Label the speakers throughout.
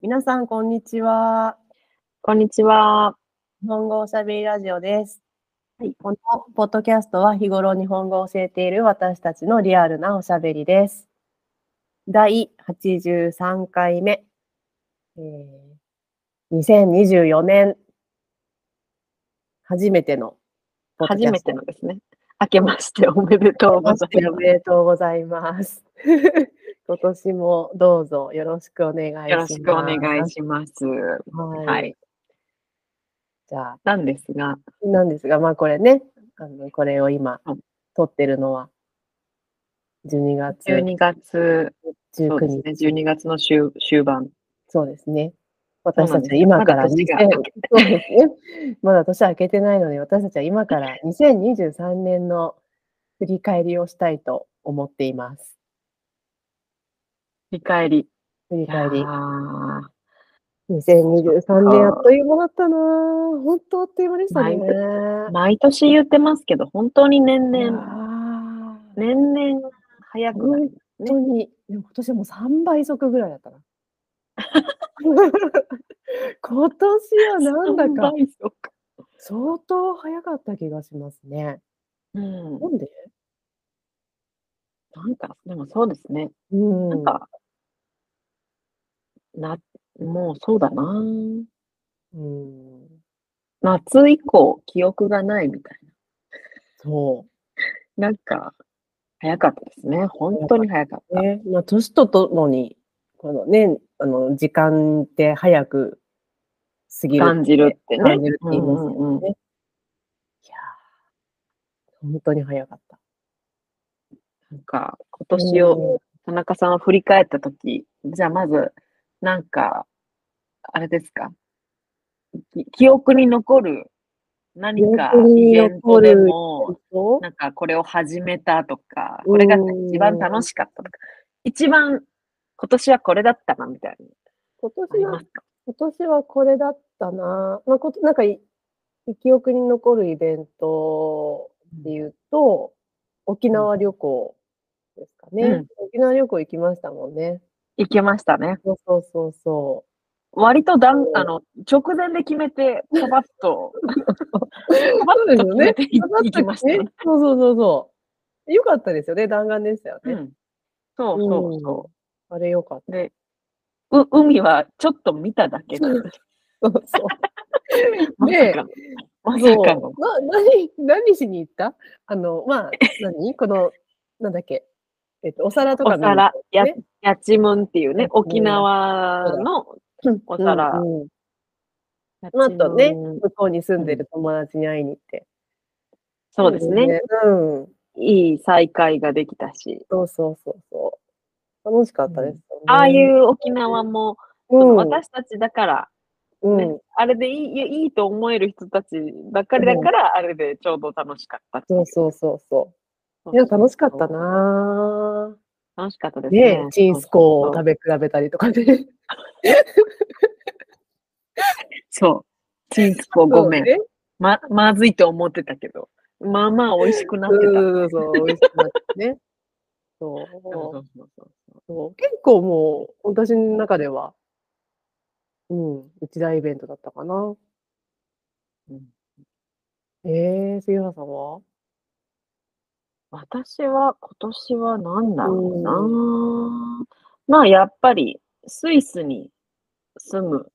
Speaker 1: 皆さん、こんにちは。
Speaker 2: こんにちは。
Speaker 1: 日本語おしゃべりラジオです。
Speaker 2: はい
Speaker 1: このポッドキャストは日頃日本語を教えている私たちのリアルなおしゃべりです。第83回目、えー2024年、初めてのポッドキ
Speaker 2: 初
Speaker 1: ャ
Speaker 2: め
Speaker 1: スト
Speaker 2: てのですね。明けましておめでとうござい
Speaker 1: お
Speaker 2: ま
Speaker 1: めでとうございます。 今年もどうぞよろしくお願いします
Speaker 2: す。。よろしくお願いします。
Speaker 1: はい。
Speaker 2: はい。
Speaker 1: じゃあ、
Speaker 2: なんですが、
Speaker 1: なんですが、まあこれね、あのこれを今
Speaker 2: うん、
Speaker 1: 撮ってるのは、12月
Speaker 2: 12月、そう
Speaker 1: 19
Speaker 2: で
Speaker 1: 日、
Speaker 2: すね、12月の終終盤。
Speaker 1: そうですね。
Speaker 2: そう
Speaker 1: 私
Speaker 2: な
Speaker 1: た
Speaker 2: んで
Speaker 1: ち
Speaker 2: す
Speaker 1: は今から
Speaker 2: まだ年が
Speaker 1: 2000
Speaker 2: 明け
Speaker 1: そうですね。まだ年明けてないので、私たちは今から2023年の振り返りをしたいと思っています。
Speaker 2: 振り返り。
Speaker 1: 振り
Speaker 2: いや
Speaker 1: 返り。
Speaker 2: ー
Speaker 1: 2023年あっという間だったなぁ本当あっという間でしたね。
Speaker 2: 毎毎年言ってますけど、本当に年
Speaker 1: いや
Speaker 2: 々、
Speaker 1: ー
Speaker 2: 年々早くなります
Speaker 1: 本
Speaker 2: ね
Speaker 1: 当に、でも今年はもう3倍速ぐらいだった な。今年はなんだか
Speaker 2: 三倍速
Speaker 1: 相当早かった気がしますね。
Speaker 2: うん
Speaker 1: な。んで、
Speaker 2: なんか、でもそうですね。
Speaker 1: うん、
Speaker 2: なんか、な、もうそうだなー。
Speaker 1: うん、
Speaker 2: 夏以降、記憶がないみたい
Speaker 1: そ
Speaker 2: な。なんか、早かったですね。本当に早かっ
Speaker 1: う。
Speaker 2: た。
Speaker 1: ね、まあ、年とともに、このね、あの、時間って早く過ぎる。
Speaker 2: 感じるってね。
Speaker 1: 感じるって言いますよね。
Speaker 2: うんうんうん
Speaker 1: いやー本当に早かった。
Speaker 2: なんか、今年を、田中さんを振り返ったとき、じゃあまず、なんか、あれですかき記憶に残る何か
Speaker 1: 記憶
Speaker 2: イ
Speaker 1: に
Speaker 2: ベントで
Speaker 1: うん、
Speaker 2: も、
Speaker 1: そう
Speaker 2: なんかこれを始めたとか、これが一番楽しかったとか、一番今年はこれだったなみたいな。
Speaker 1: 今
Speaker 2: あり
Speaker 1: 年は
Speaker 2: ますか
Speaker 1: 今年はこれだったな。まあ、ことなんかい、記憶に残るイベントで言うと、沖縄旅行ですかね、
Speaker 2: うん
Speaker 1: 沖縄旅行行きましたもんね。
Speaker 2: 行けましたね。
Speaker 1: そうそうそうそ
Speaker 2: 割とだん
Speaker 1: そう
Speaker 2: あの直前で決めて、パパッと、
Speaker 1: う。
Speaker 2: パパ
Speaker 1: そう
Speaker 2: ッ
Speaker 1: です
Speaker 2: と
Speaker 1: よ
Speaker 2: 決
Speaker 1: ね
Speaker 2: め。てい行きましたね
Speaker 1: ね。そうそうそうそう。よかったですよね。弾丸でしたよ
Speaker 2: う
Speaker 1: ね。
Speaker 2: んそうそうそ
Speaker 1: あれよかった。
Speaker 2: う。で、う海はちょっと見ただけだ。
Speaker 1: そうそ
Speaker 2: ま
Speaker 1: う。
Speaker 2: さ
Speaker 1: で
Speaker 2: か、の。ま
Speaker 1: そ
Speaker 2: さ
Speaker 1: う
Speaker 2: かの。
Speaker 1: な何何しに行ったあの、まあ、何この、なんだっけ、えっと、お皿とか
Speaker 2: お皿、や
Speaker 1: ね、
Speaker 2: やちむんっていうね、
Speaker 1: うん
Speaker 2: 沖縄の お皿
Speaker 1: うんうん
Speaker 2: やち
Speaker 1: まああ
Speaker 2: むん。
Speaker 1: とね、向こうに住んでる友達に会いに行って。
Speaker 2: そうですね。。
Speaker 1: うん。
Speaker 2: いい再会ができたし。
Speaker 1: そうそうそうそう。楽しかったですよね。
Speaker 2: ああいう沖縄も、
Speaker 1: う
Speaker 2: その
Speaker 1: ん、
Speaker 2: 私たちだから、
Speaker 1: うん、
Speaker 2: ねあれでいいいやいいと思える人たちばっかりだから、あれでちょうど楽しかったってい
Speaker 1: そうそうそうそ。
Speaker 2: そ
Speaker 1: い
Speaker 2: う
Speaker 1: や、楽しかった。な
Speaker 2: 楽しかったで
Speaker 1: ぁ。
Speaker 2: すね。
Speaker 1: ねチンスコ
Speaker 2: そ
Speaker 1: を
Speaker 2: う
Speaker 1: 食べ比べたりとかね。
Speaker 2: そう。チンスコごめん、
Speaker 1: そうね
Speaker 2: ま。まずいと思ってたけど、まあまあ美味しくなってた。
Speaker 1: うんそうそう、美味しくなってね。そう
Speaker 2: そうそうそうそう
Speaker 1: そう結構もう、私の中では、うん、一大イベントだったかな。
Speaker 2: うん
Speaker 1: えー、杉原さんは
Speaker 2: 私は今年は何だろうな、
Speaker 1: う
Speaker 2: まあやっぱりスイスに住む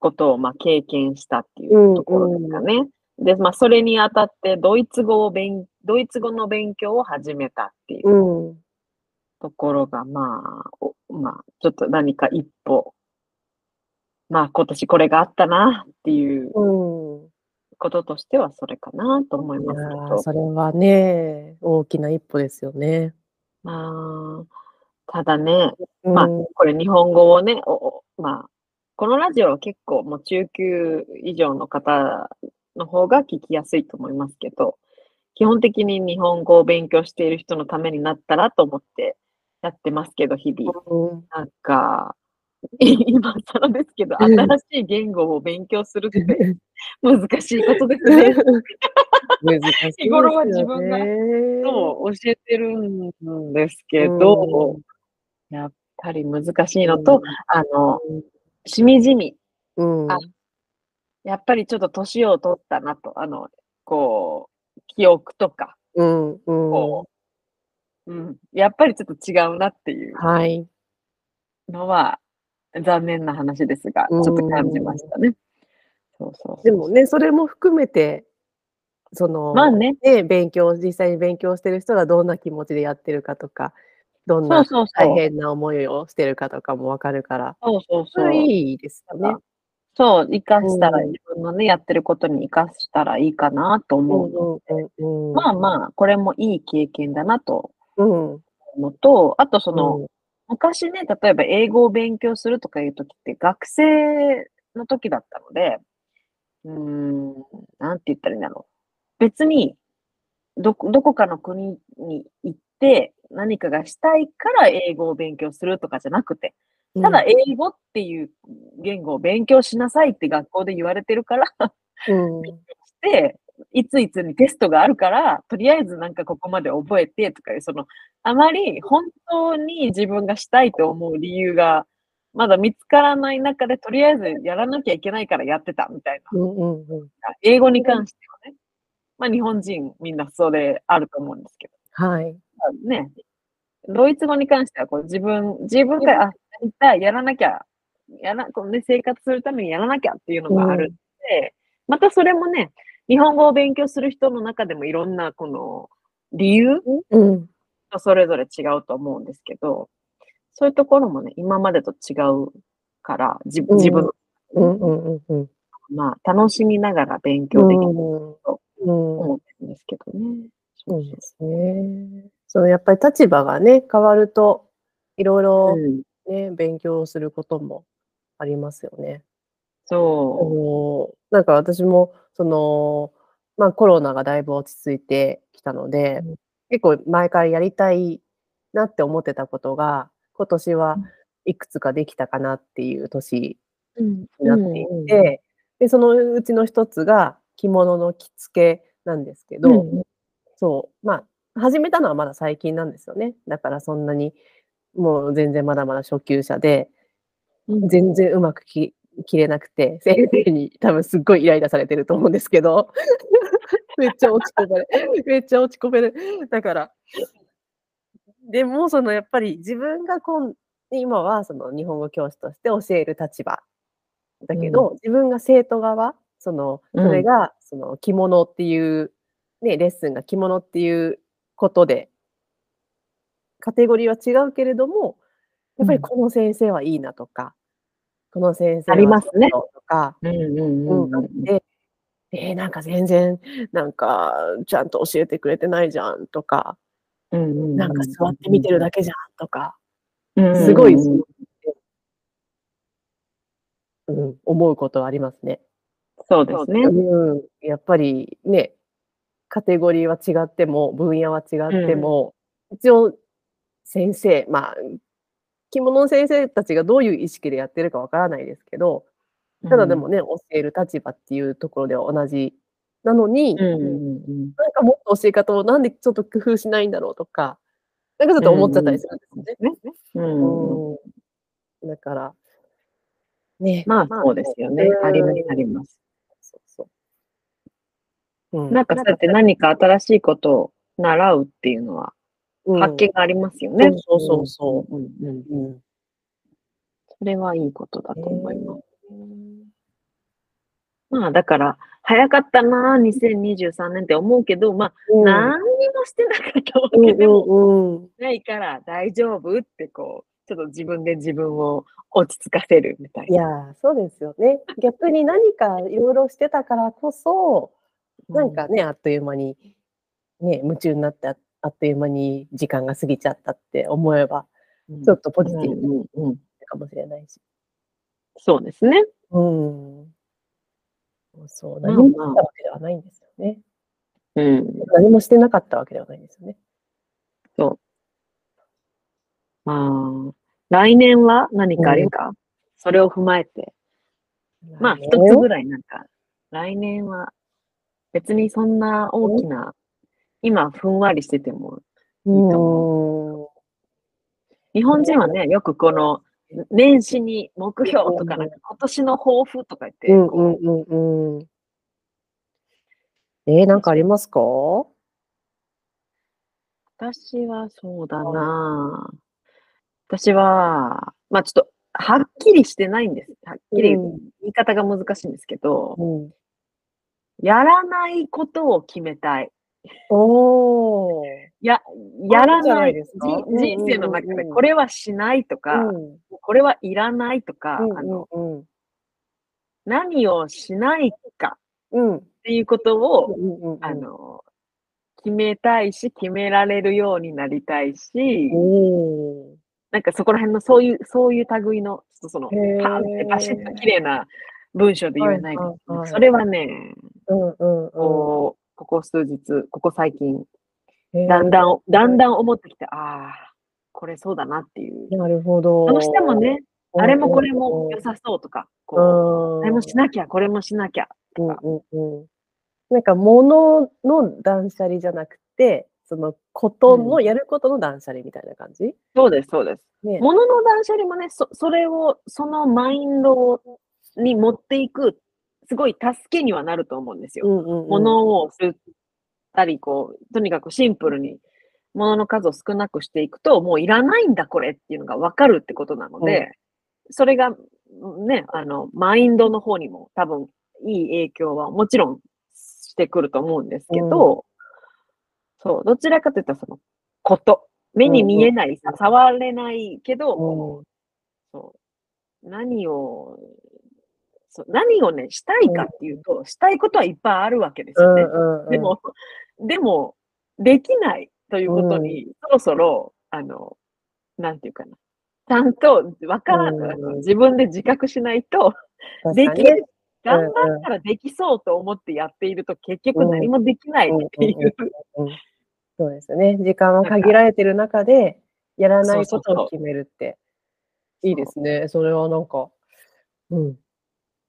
Speaker 2: ことをまあ経験したっていうところですかね。で、まあそれにあたってドイツ語を勉、ドイツ語の勉強を始めたっていう
Speaker 1: うん。
Speaker 2: ところが、まあ、おまあ、ちょっと何か一歩、まあ今年これがあったなっていう
Speaker 1: うん。
Speaker 2: こととしてはそれかなと思い
Speaker 1: い
Speaker 2: ますけ
Speaker 1: やー
Speaker 2: ど。
Speaker 1: それはね、大きな一歩ですよね。
Speaker 2: まあ、ただね、まあ
Speaker 1: うん、、
Speaker 2: これ日本語をね、おおまあ、このラジオは結構もう中級以上の方の方が聞きやすいと思いますけど、基本的に日本語を勉強している人のためになったらと思ってやってますけど、日々。
Speaker 1: うん
Speaker 2: なんか、 今更ですけど、新しい言語を勉強するって難しいことですね。
Speaker 1: 難しいですよね
Speaker 2: 日頃は自分がそう、教えてるんですけど、
Speaker 1: う
Speaker 2: やっぱり難しいのと、あの、
Speaker 1: うん
Speaker 2: しみじみ、
Speaker 1: うん。
Speaker 2: あやっぱりちょっと年を取ったなと、あの、こう、記憶とか、
Speaker 1: うん。うん。
Speaker 2: こう、うん、やっぱりちょっと違うなっていう
Speaker 1: はい。
Speaker 2: のは、残念な話ですが、ち
Speaker 1: う
Speaker 2: ょ
Speaker 1: ん
Speaker 2: っと感じましたね。そうそうそう
Speaker 1: でもね、それも含めて、その、
Speaker 2: まあね、
Speaker 1: ね、勉強、実際に勉強してる人がどんな気持ちでやってるかとか、どん
Speaker 2: そう
Speaker 1: な
Speaker 2: そうそ
Speaker 1: 大
Speaker 2: う。
Speaker 1: 変な思いをしてるかとかもわかるから、
Speaker 2: そうそう
Speaker 1: そ
Speaker 2: そう。
Speaker 1: れいいですよね。
Speaker 2: そう、生かしたら、
Speaker 1: うん
Speaker 2: 自分のね、やってることに生かしたらいいかなと
Speaker 1: う
Speaker 2: 思う。
Speaker 1: んうんうん。
Speaker 2: まあまあ、これもいい経験だなと
Speaker 1: うん。うん。
Speaker 2: 思うのと、あとその、昔ね、例えば英語を勉強するとかいう時って、学生の時だったので、うーん、なんて言ったらいいんだろう。別に、どこ、どこかの国に行って、何かがしたいから英語を勉強するとかじゃなくて、
Speaker 1: うん、
Speaker 2: ただ英語っていう言語を勉強しなさいって学校で言われてるから、
Speaker 1: うん、
Speaker 2: して、いついつにテストがあるから、とりあえずなんかここまで覚えてとかいう、その、あまり本当に自分がしたいと思う理由が、まだ見つからない中で、とりあえずやらなきゃいけないからやってたみたい
Speaker 1: うん、うん、うん。
Speaker 2: な。英語に関してはね。まあ日本人みんなそれあると思うんですけど。
Speaker 1: はい。
Speaker 2: まあね。ドイツ語に関してはこう自分、自分が、あ、やりたい、やらなきゃ、やらこうね、生活するためにやらなきゃっていうのがあるで、またそれもね、日本語を勉強する人の中でもいろんなこの理由
Speaker 1: うん。
Speaker 2: とそれぞれ違うと思うんですけど、そういうところもね、今までと違うから、自
Speaker 1: うん
Speaker 2: 自分の、
Speaker 1: うん、うん、うん、うん。
Speaker 2: まあ、楽しみながら勉強できると
Speaker 1: うん。うん。
Speaker 2: 思うんですけどね。
Speaker 1: そうですね。そのやっぱり立場がね、変わると、いろいろ
Speaker 2: うん
Speaker 1: ね、勉強することもありますよね。あ
Speaker 2: そう。
Speaker 1: のなんか私もその、まあ、コロナがだいぶ落ち着いてきたので、
Speaker 2: うん
Speaker 1: 結構前からやりたいなって思ってたことが今年は
Speaker 2: うん
Speaker 1: いくつかできたかなっていう年
Speaker 2: うん
Speaker 1: になっていて、でそのうちの一つが着物の着付けなんですけど、
Speaker 2: うん
Speaker 1: そうまあ始めたのはまだ最近なんですよねだからそんなにもう全然まだまだ初級者で。
Speaker 2: うん
Speaker 1: 全然うまくき切れなくて、 先生に多分すっごいイライラされてると思うんですけど、 めっちゃ落ち込める。 めっちゃ落ち込める。だから、でもそのやっぱり自分が今今はその日本語教師として教える立場だけど、自分が生徒側、その
Speaker 2: う
Speaker 1: そ
Speaker 2: ん
Speaker 1: れがその着物っていう、ね、レッスンが着物っていうことで、カテゴリーは違うけれども、やっぱり
Speaker 2: うん
Speaker 1: この先生はいいなとか、この先生
Speaker 2: ありますね
Speaker 1: はちょっととか、
Speaker 2: うんうん
Speaker 1: うん
Speaker 2: うんうん
Speaker 1: で、えーなんか全然、なんかちゃんと教えてくれてないじゃんとか、
Speaker 2: うん
Speaker 1: なんか座って見てるだけじゃんとか、す
Speaker 2: す
Speaker 1: ごい、
Speaker 2: うんうん
Speaker 1: うん、思うことはありますね。
Speaker 2: そうですね。
Speaker 1: うん、やっぱりね、カテゴリーは違っても、分野は違っても、一応、先生、まあ、着物の先生たちがどういう意識でやってるかわからないですけど、ただでもね、教える立場っていうところでは同じなのに、
Speaker 2: うん、うんうん
Speaker 1: なんかもっと教え方をなんでちょっと工夫しないんだろうとか、なんかちょっと思っちゃったりするんですよね。
Speaker 2: うん、うん
Speaker 1: うん、だから、ね。
Speaker 2: まあそうですよね。あります、あります。
Speaker 1: そうそう。う
Speaker 2: なんかそうやって何か新しいことを習うっていうのは
Speaker 1: うん
Speaker 2: 発見がありますよね。。
Speaker 1: そうそうそう
Speaker 2: うんう
Speaker 1: う
Speaker 2: ん、
Speaker 1: ん
Speaker 2: それはいいことだと思います。まあだから、早かったなぁ、2023年って思うけど、まあ、何にもしてなかったわけでも
Speaker 1: うんうん
Speaker 2: ないから大丈夫ってこう、ちょっと自分で自分を落ち着かせるみたい
Speaker 1: い
Speaker 2: な。
Speaker 1: やーそうですよね。逆に何かいろいろしてたからこそ、なんかね、あっという間に、ね、夢中になってあ、あっという間に時間が過ぎちゃったって思えば、
Speaker 2: うん、
Speaker 1: ちょっとポジティブ
Speaker 2: うんうんうん
Speaker 1: かもしれないし。
Speaker 2: そうですね。
Speaker 1: うん。そう、
Speaker 2: まあ
Speaker 1: 何もしてたわけではないんですよね。
Speaker 2: うん。
Speaker 1: 何もしてなかったわけではないんですよね。
Speaker 2: まあ、来年は何かあるか、それを踏まえて、まあ、一つぐらいなんか、来年は別にそんな大きな、今、ふんわりしてても、
Speaker 1: うん
Speaker 2: 日本人はね、よくこの、年始に目標とか、なんか今年の抱負とか言って、
Speaker 1: うん
Speaker 2: こ
Speaker 1: うんうんうん。えー、なんかありますか
Speaker 2: 私はそうだなぁ私は、まあちょっと、はっきりしてないんです。はっきり
Speaker 1: う
Speaker 2: 言
Speaker 1: ん
Speaker 2: い方が難しいんですけど、
Speaker 1: うん、
Speaker 2: やらないことを決めたい。
Speaker 1: おー。
Speaker 2: や、や
Speaker 1: い
Speaker 2: ら
Speaker 1: いんじゃ
Speaker 2: な。
Speaker 1: ないいですか
Speaker 2: 人
Speaker 1: うんうんうんうん
Speaker 2: 人生の中でこれはしないとか、
Speaker 1: うん
Speaker 2: これはいらないとか、
Speaker 1: うん
Speaker 2: あの、
Speaker 1: うん
Speaker 2: 何をしないか
Speaker 1: うんうん
Speaker 2: っていうこと
Speaker 1: う
Speaker 2: を、
Speaker 1: んうんうん
Speaker 2: あの、決めたいし、決められるようになりたいし、
Speaker 1: おー
Speaker 2: なんかそこら辺のそういう、そういう類の、ちょっとそ
Speaker 1: へ
Speaker 2: の、パ
Speaker 1: ー
Speaker 2: ーンってパシッと綺麗な文章で言えないけど、
Speaker 1: はいはいはい
Speaker 2: それはね、
Speaker 1: うんうんうん
Speaker 2: こう、ここ数日、ここ最近、
Speaker 1: へー
Speaker 2: だんだん、だんだん思ってきて、ああ、これそうだなっていう。
Speaker 1: なるほど。
Speaker 2: どうしてもね、
Speaker 1: うん、
Speaker 2: あれもこれも良さそうとか、
Speaker 1: う
Speaker 2: こ
Speaker 1: ん。う
Speaker 2: う、あ
Speaker 1: ん
Speaker 2: れもしなきゃ、これもしなきゃとか、
Speaker 1: うんうんうん。なんか、物の断捨離じゃなくて、その、ことの、
Speaker 2: う
Speaker 1: やることの断捨離みたいな感じ
Speaker 2: そうです、そうです。
Speaker 1: ね。
Speaker 2: ものの断捨離もね、そそれを、そのマインドをに持っていく、すごい助けにはなると思うんですよ。
Speaker 1: うんうんうん
Speaker 2: ものを吸ったり、こう、とにかくシンプルに、ものの数を少なくしていくと、もういらないんだ、これっていうのがわかるってことなので、それが、ね、あの、マインドの方にも多分、いい影響はもちろんしてくると思うんですけど、そう、どちらかというと、その、こと。目に見えない、触れないけど、
Speaker 1: うん
Speaker 2: そう何を、そう何をね、したいかっていうと、したいことはいっぱいあるわけですよね。
Speaker 1: うんうんうん
Speaker 2: でも、 でも、できないということに、そろそろ、あの、なんていうかな。ちゃんと、わからん、
Speaker 1: うんうん
Speaker 2: 自分で自覚しないと、
Speaker 1: 確
Speaker 2: で
Speaker 1: か
Speaker 2: き
Speaker 1: に
Speaker 2: る、頑張ったらできそうと思ってやっていると、結局何もできないっていう
Speaker 1: うんうんそうですね。時間は限られてる中で、やらないことを決めるって、いいですね。それはなんか、うん。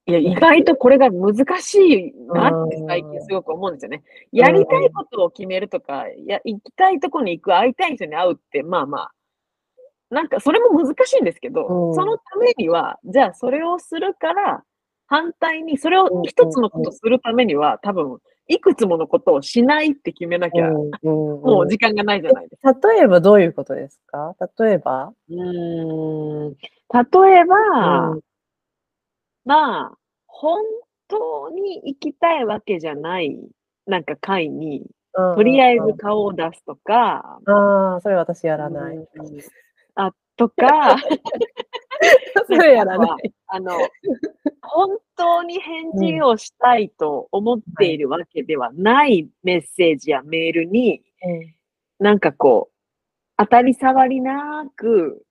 Speaker 2: いや、意外とこれが難しいなって
Speaker 1: うん
Speaker 2: 最近すごく思うんですよね。やりたいことを決めるとか、や行きたいとこに行く、会いたい人に会うって、まあまあ、なんかそれも難しいんですけど、
Speaker 1: うん
Speaker 2: そのためには、じゃあそれをするから、反対に、それ
Speaker 1: うん
Speaker 2: を一つのことするためには、多分、いくつものことをしないって決めなきゃ、
Speaker 1: うん
Speaker 2: も
Speaker 1: う
Speaker 2: うん時間がないじゃないですか。
Speaker 1: 例えばどういうことですか例えば、
Speaker 2: うーん、例えば、
Speaker 1: うん
Speaker 2: まあ、本当に行きたいわけじゃない、なんか会に、とりあえず顔を出すとか、
Speaker 1: ああ、それ私やらない。
Speaker 2: うんあ、とか、
Speaker 1: それやらない。
Speaker 2: あの、本当に返事をしたいと思っているわけではないメッセージやメールに、なんかこう、当たり障りなく、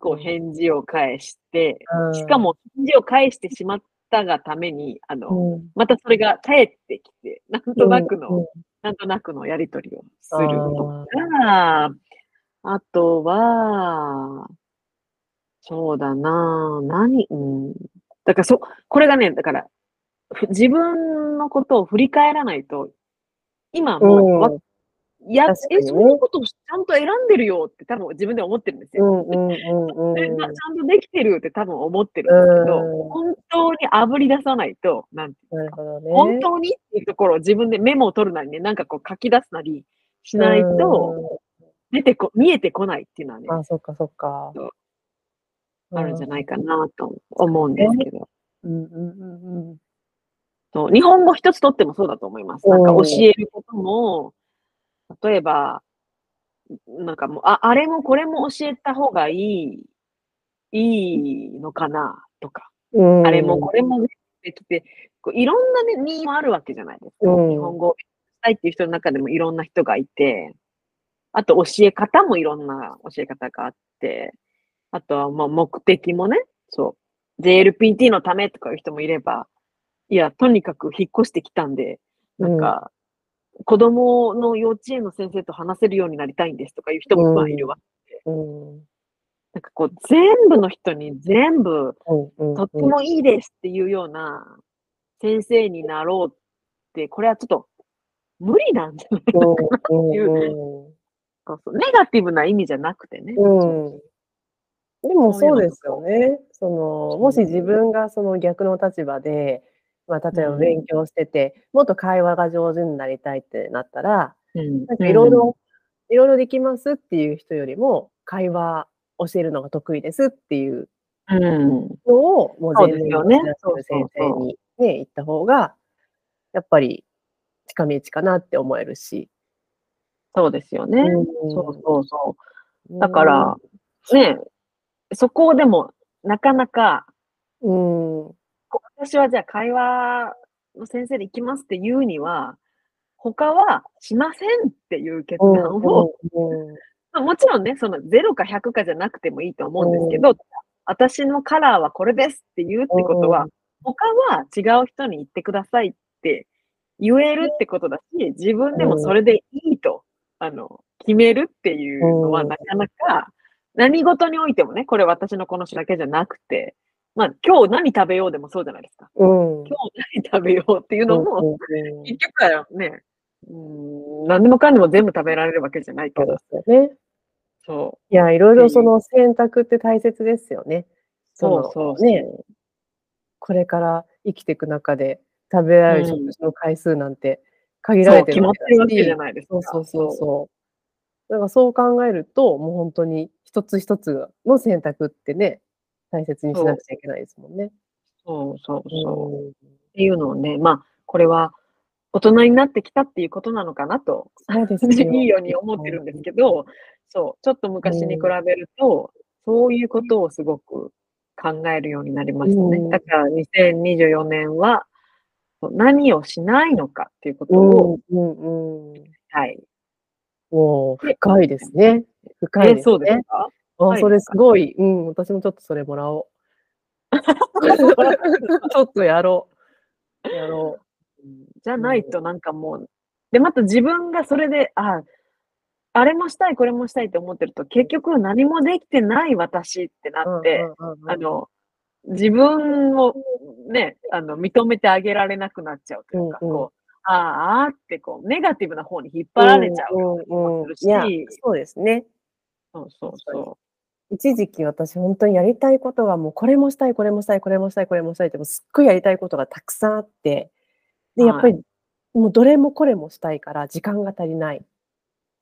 Speaker 2: こう返事を返して、しかも返事を返してしまったがために、あの、
Speaker 1: うん、
Speaker 2: またそれが返ってきて、なんとなくの、
Speaker 1: うんうん
Speaker 2: なんとなくのやりとりをするとか、あとは、そうだなぁ、何、うん。だからそ、これがね、だから、ふ自分のことを振り返らないと、今もう、わ
Speaker 1: うん
Speaker 2: や、
Speaker 1: 確か
Speaker 2: え、
Speaker 1: にね
Speaker 2: そういうことをちゃんと選んでるよって多分自分で思ってるんです
Speaker 1: う
Speaker 2: よ。
Speaker 1: んうんうんうん
Speaker 2: それが
Speaker 1: う
Speaker 2: ち
Speaker 1: ん
Speaker 2: ゃんとできてるって多分思ってるんですけど、
Speaker 1: うん
Speaker 2: 本当にあぶり出さないと、なんて
Speaker 1: なるほどね。
Speaker 2: 本当にっていうところを自分でメモを取るなりね、なんかこう書き出すなりしないと、出てこ、見えてこないっていうのはね
Speaker 1: うん、、あ、そっかそっか
Speaker 2: そう。あるんじゃ
Speaker 1: い
Speaker 2: ないかなと思うんですけど。
Speaker 1: うんうんうんうん。
Speaker 2: そう日本語一つとってもそうだと思います。なんか
Speaker 1: うん
Speaker 2: 教えることも、例えば、なんかもう、あ、あれもこれも教えた方がいい、いいのかなとか、あれもこれもできて、こういろんなね、ニーズもあるわけじゃないですか。
Speaker 1: うん
Speaker 2: 日本語をしたいっていう人の中でもいろんな人がいて、あと教え方もいろんな教え方があって、あとはまあ目的もね、そう、JLPT のためとかいう人もいれば、いや、とにかく引っ越してきたんで、なんか、子供の幼稚園の先生と話せるようになりたいんですとかいう人もまあいるわ。
Speaker 1: うん、うん
Speaker 2: なんかこう、全部の人に全部、
Speaker 1: うんうん、
Speaker 2: とってもいいですっていうような先生になろうって、これはちょっと無理なんじゃない
Speaker 1: うんうんうん
Speaker 2: かそうネガティブな意味じゃなくてね。
Speaker 1: うんでも
Speaker 2: そういう
Speaker 1: そう
Speaker 2: の
Speaker 1: ですよね。そ
Speaker 2: そ
Speaker 1: の
Speaker 2: う
Speaker 1: もし自分がその逆の立場で、まあ、例えば
Speaker 2: うん
Speaker 1: 勉強してて、もっと会話が上手になりたいってなったら、
Speaker 2: うん
Speaker 1: なんかいろいろ、いろいろできますっていう人よりも、会話教えるのが得意ですっていう
Speaker 2: うん。
Speaker 1: のを、もう
Speaker 2: そう
Speaker 1: 全
Speaker 2: です
Speaker 1: 面
Speaker 2: よね
Speaker 1: に
Speaker 2: そうそうそう
Speaker 1: 先生にね、行った方が、やっぱり近道かなって思えるし。
Speaker 2: そうですよね。
Speaker 1: うん
Speaker 2: そうそうそうう。だから、ねえ、そこをでも、なかなか、
Speaker 1: ん、うん、
Speaker 2: こう私はじゃあ会話の先生で行きますって言うには、他はしませんっていう決断を、
Speaker 1: うんうん
Speaker 2: まあもちろんね、その0か100かじゃなくてもいいと思うんですけど、私のカラーはこれですって言うってことは、
Speaker 1: う
Speaker 2: 他は違う人に言ってくださいって言えるってことだし、自分でもそれでいいと、あの、決めるっていうのは
Speaker 1: うん
Speaker 2: なかなか、何事においてもね、これ私のこの人だけじゃなくて、まあ今日何食べようでもそうじゃないですか。
Speaker 1: うん、
Speaker 2: 今日何食べようっていうのも、
Speaker 1: うんうん
Speaker 2: 結局はね、うん、何でもかんでも全部食べられるわけじゃない
Speaker 1: そ
Speaker 2: け
Speaker 1: うで
Speaker 2: ど、
Speaker 1: すよね。
Speaker 2: そう。
Speaker 1: いや、いろい
Speaker 2: ってい
Speaker 1: ろ
Speaker 2: う
Speaker 1: その選択って大切ですよね。
Speaker 2: そ
Speaker 1: の
Speaker 2: うそうそう。
Speaker 1: ね、これから生きていく中で食べられる
Speaker 2: うん
Speaker 1: 食事の回数なんて限ら
Speaker 2: そ
Speaker 1: れ
Speaker 2: う
Speaker 1: て
Speaker 2: 決
Speaker 1: る
Speaker 2: まってるわけじゃ
Speaker 1: ない
Speaker 2: ないです
Speaker 1: そ
Speaker 2: か。
Speaker 1: うそうそうそう。だからそう考えると、もう本当に一つ一つの選択ってね、大切にしなくちゃいけないですもんね。
Speaker 2: そうそうそう。っ
Speaker 1: うん
Speaker 2: ていうのをね、まあ、これは大人になってきたっていうことなのかなと、
Speaker 1: そうです
Speaker 2: いいように思ってるんですけど、そう、ちょっと昔に比べると、そういうことをすごく考えるようになりました
Speaker 1: うん
Speaker 2: ね。だから2024年は、そう何をしないのかっていうこと
Speaker 1: うん
Speaker 2: を、
Speaker 1: うんうん。
Speaker 2: はい。
Speaker 1: もう深いですね。深い
Speaker 2: え、
Speaker 1: ですね。
Speaker 2: そうですか
Speaker 1: あ、
Speaker 2: い
Speaker 1: それすごい。うん、私もちょっとそれもらおう。 ちょっとやろう。やろ
Speaker 2: うんじゃないとなんかもう、で、また自分がそれで、あ、あれもしたい、これもしたいって思ってると、結局何もできてない私って
Speaker 1: う。
Speaker 2: なっ
Speaker 1: う
Speaker 2: て、
Speaker 1: んうんうんうん
Speaker 2: あの、自分をね、あの、認めてあげられなくなっちゃうというか、
Speaker 1: うんうん
Speaker 2: こう、あーあーってこう、ネガティブな方に引っ張られちゃうような気
Speaker 1: んう
Speaker 2: も
Speaker 1: ん
Speaker 2: する
Speaker 1: いや
Speaker 2: し、
Speaker 1: そうですね。
Speaker 2: そうそうそ
Speaker 1: 一時期私本当にやりたいことがもうこれもしたい、これもしたい、これもしたい、これもしたいって、もうすっごいやりたいことがたくさんあって、で、
Speaker 2: はい
Speaker 1: やっぱりもうどれもこれもしたいから時間が足りない。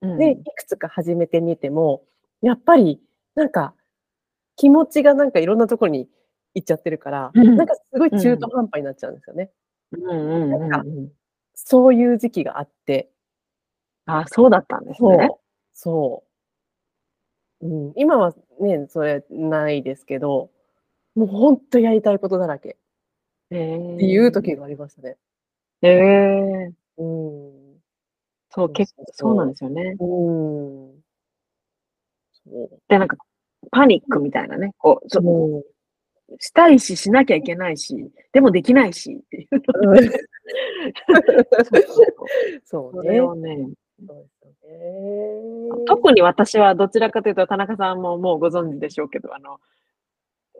Speaker 2: う。うん
Speaker 1: で、いくつか始めてみても、やっぱりなんか気持ちがなんかいろんなところに行っちゃってるから、
Speaker 2: うん
Speaker 1: なんかすごい中途半端になっちゃうんですよね。
Speaker 2: うんうんうん
Speaker 1: な
Speaker 2: うん。
Speaker 1: そういう時期があって、
Speaker 2: あ、そうだったんです
Speaker 1: そう
Speaker 2: ね。、
Speaker 1: そう、うん。今はね、それないですけど、もう本当やりたいことだらけ
Speaker 2: って
Speaker 1: っていう時がありましたね。
Speaker 2: えー
Speaker 1: うん。
Speaker 2: そ、
Speaker 1: そうう
Speaker 2: 結
Speaker 1: そう
Speaker 2: 構、
Speaker 1: そう
Speaker 2: そうなんですよね。
Speaker 1: うん。そ。
Speaker 2: で、なんか、パニックみたいなね。こう、そう
Speaker 1: うん
Speaker 2: したいし、しなきゃいけないし、でもできな いし、っていう。
Speaker 1: そ
Speaker 2: そうれ
Speaker 1: ね。
Speaker 2: をね、
Speaker 1: そうですよね。
Speaker 2: 特に私はどちらかというと、田中さんももうご存知でしょうけど、あの、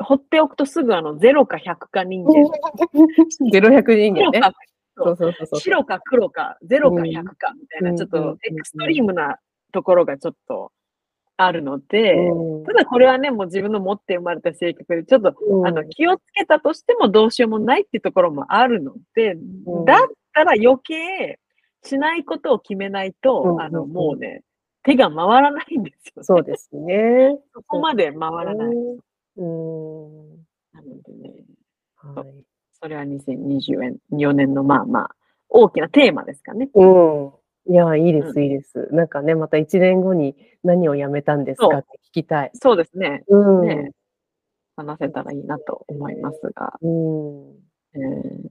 Speaker 2: 放っておくとすぐあの、0か100か人間。
Speaker 1: ゼロ百人間
Speaker 2: 白
Speaker 1: ね。
Speaker 2: か
Speaker 1: そうそうそうそう。
Speaker 2: 白か黒か、0か100か、みたい
Speaker 1: うん
Speaker 2: な、ちょっ
Speaker 1: うんうんうん
Speaker 2: とエクストリームなところがちょっとあるので、
Speaker 1: うん
Speaker 2: ただこれはね、もう自分の持って生まれた性格で、ちょっと
Speaker 1: うん
Speaker 2: あの、気をつけたとしてもどうしようもないってところもあるので、
Speaker 1: うん
Speaker 2: だったら余計しないことを決めないと、
Speaker 1: うん
Speaker 2: あ
Speaker 1: う
Speaker 2: の、
Speaker 1: んうん
Speaker 2: もうね、手が回らないんですよ、ね。
Speaker 1: そうですね。
Speaker 2: そこまで回らない。
Speaker 1: うん。うん
Speaker 2: なのでね、
Speaker 1: はい。
Speaker 2: それは2024年のまあまあ、大きなテーマですかね。
Speaker 1: うん。いや、いいです、
Speaker 2: う
Speaker 1: いいです。なんかね、また一年後に何をやめたんですか
Speaker 2: そう
Speaker 1: って聞きたい。
Speaker 2: そうですね。
Speaker 1: うん。
Speaker 2: ね話せたらいいなと思いますが。
Speaker 1: うん。
Speaker 2: えー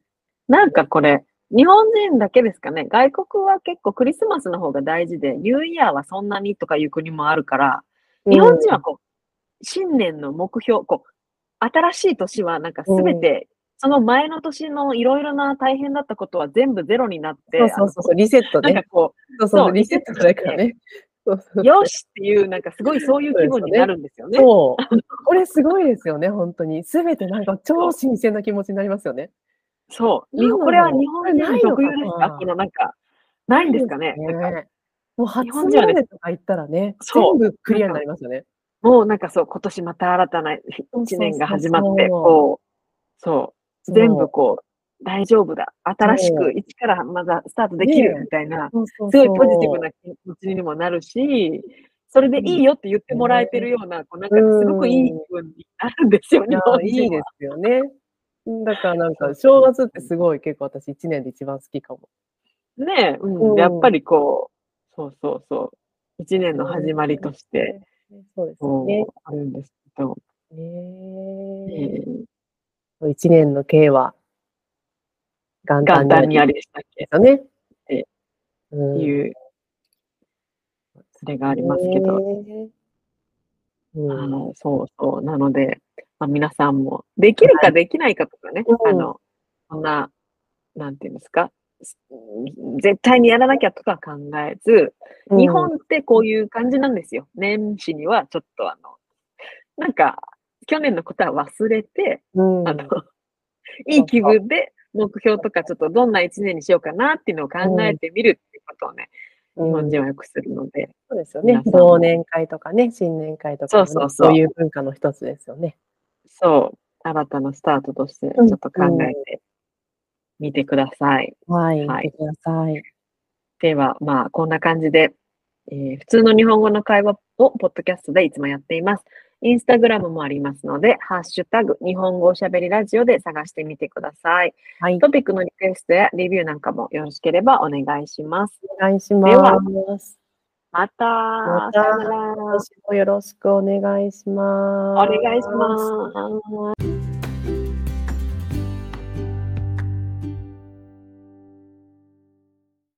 Speaker 2: なんかこれ、日本人だけですかね。外国は結構クリスマスの方が大事で、ニューイヤーはそんなにとかいう国もあるから、日本人はこう、新年の目標、こう、新しい年はなんかすべて、その前の年のいろいろな大変だったことは全部ゼロになって、
Speaker 1: そうそうそうそう、リセット
Speaker 2: あの
Speaker 1: ね
Speaker 2: なん。かこ
Speaker 1: そうそう
Speaker 2: そ
Speaker 1: そう、
Speaker 2: う
Speaker 1: リセットくらいからね。そうそう
Speaker 2: う、よしっていう、なんかすごいそういう気分になるんですよね。
Speaker 1: そう。これすごいですよね、本当に。すべてなんか超新鮮な気持ちになりますよね。
Speaker 2: そう。
Speaker 1: なんだろう
Speaker 2: これは日本
Speaker 1: これない
Speaker 2: 人
Speaker 1: の
Speaker 2: 特
Speaker 1: かな
Speaker 2: 有ですかこのなんか、ないんですかね。なんか
Speaker 1: もう初
Speaker 2: 日本人はね
Speaker 1: 詣とか行ったらね、
Speaker 2: そう
Speaker 1: 全部クリアになりますよね。
Speaker 2: もうなんかそう、今年また新たな
Speaker 1: そう
Speaker 2: 一年が始まって、こう、そう、全部こう、大丈夫だ。新し
Speaker 1: そ
Speaker 2: く
Speaker 1: う
Speaker 2: 一からまだスタートでき
Speaker 1: ね
Speaker 2: る
Speaker 1: え
Speaker 2: みたいな、
Speaker 1: そうそう
Speaker 2: す
Speaker 1: そう
Speaker 2: ごいポジティブな気持ちにもなるし、それでいいよって言ってもらえてるような、こうなんかすごくいい気分になるんですよ、
Speaker 1: い
Speaker 2: 日
Speaker 1: や
Speaker 2: 本
Speaker 1: ー、いい
Speaker 2: 人
Speaker 1: で
Speaker 2: は。
Speaker 1: すよね。だからなんか、正月ってすごい結構私一年で一番好きかも。
Speaker 2: ねえ、
Speaker 1: う
Speaker 2: うんん、やっぱりこう、そうそうそう、一年の始まりとして、
Speaker 1: そうですよ
Speaker 2: こ
Speaker 1: ね。
Speaker 2: う、あるんですけど、
Speaker 1: ね
Speaker 2: えー
Speaker 1: え一年の計は元
Speaker 2: 元
Speaker 1: 旦
Speaker 2: 旦
Speaker 1: に
Speaker 2: に
Speaker 1: あ
Speaker 2: あ
Speaker 1: り
Speaker 2: れでしたっけ
Speaker 1: ですよね。
Speaker 2: え
Speaker 1: う
Speaker 2: っ
Speaker 1: ん
Speaker 2: ていう、それがありますけど、
Speaker 1: ねえうん
Speaker 2: はい、そうそう。なので、まあ、皆さんも、できる
Speaker 1: は
Speaker 2: かできないかとかね、
Speaker 1: うん
Speaker 2: あの、そんな、なんていうんですか、す絶対にやらなきゃとか考えず、日本ってこういう感じなんですよ。年始にはちょっとあの、なんか、去年のことは忘れて、
Speaker 1: うん
Speaker 2: あの、いい気分で目標とかちょっとどんな一年にしようかなっていうのを考えてみるっていうことをね、
Speaker 1: うん
Speaker 2: 日本人はよくするので、
Speaker 1: そうですよね
Speaker 2: 皆。さんも
Speaker 1: 忘年会とかね、新年会とかもね、
Speaker 2: そうそうそう
Speaker 1: いう文化の一つですよね。
Speaker 2: そう、新たなスタートとしてち
Speaker 1: う
Speaker 2: ょ
Speaker 1: ん
Speaker 2: っと考えてみてください。
Speaker 1: はい、
Speaker 2: はい
Speaker 1: 見てください。
Speaker 2: では、まあ、こんな感じで、えー普通の日本語の会話をポッドキャストでいつもやっています。インスタグラムもありますので、ハッシュタグ、日本語おしゃべりラジオで探してみてください。
Speaker 1: はい、
Speaker 2: トピックのリクエストやレビューなんかもよろしければお願いします。
Speaker 1: お願いし
Speaker 2: では
Speaker 1: ます。
Speaker 2: また、
Speaker 1: また
Speaker 2: さよなら
Speaker 1: 今年もよろしくお願いします。
Speaker 2: お願いします。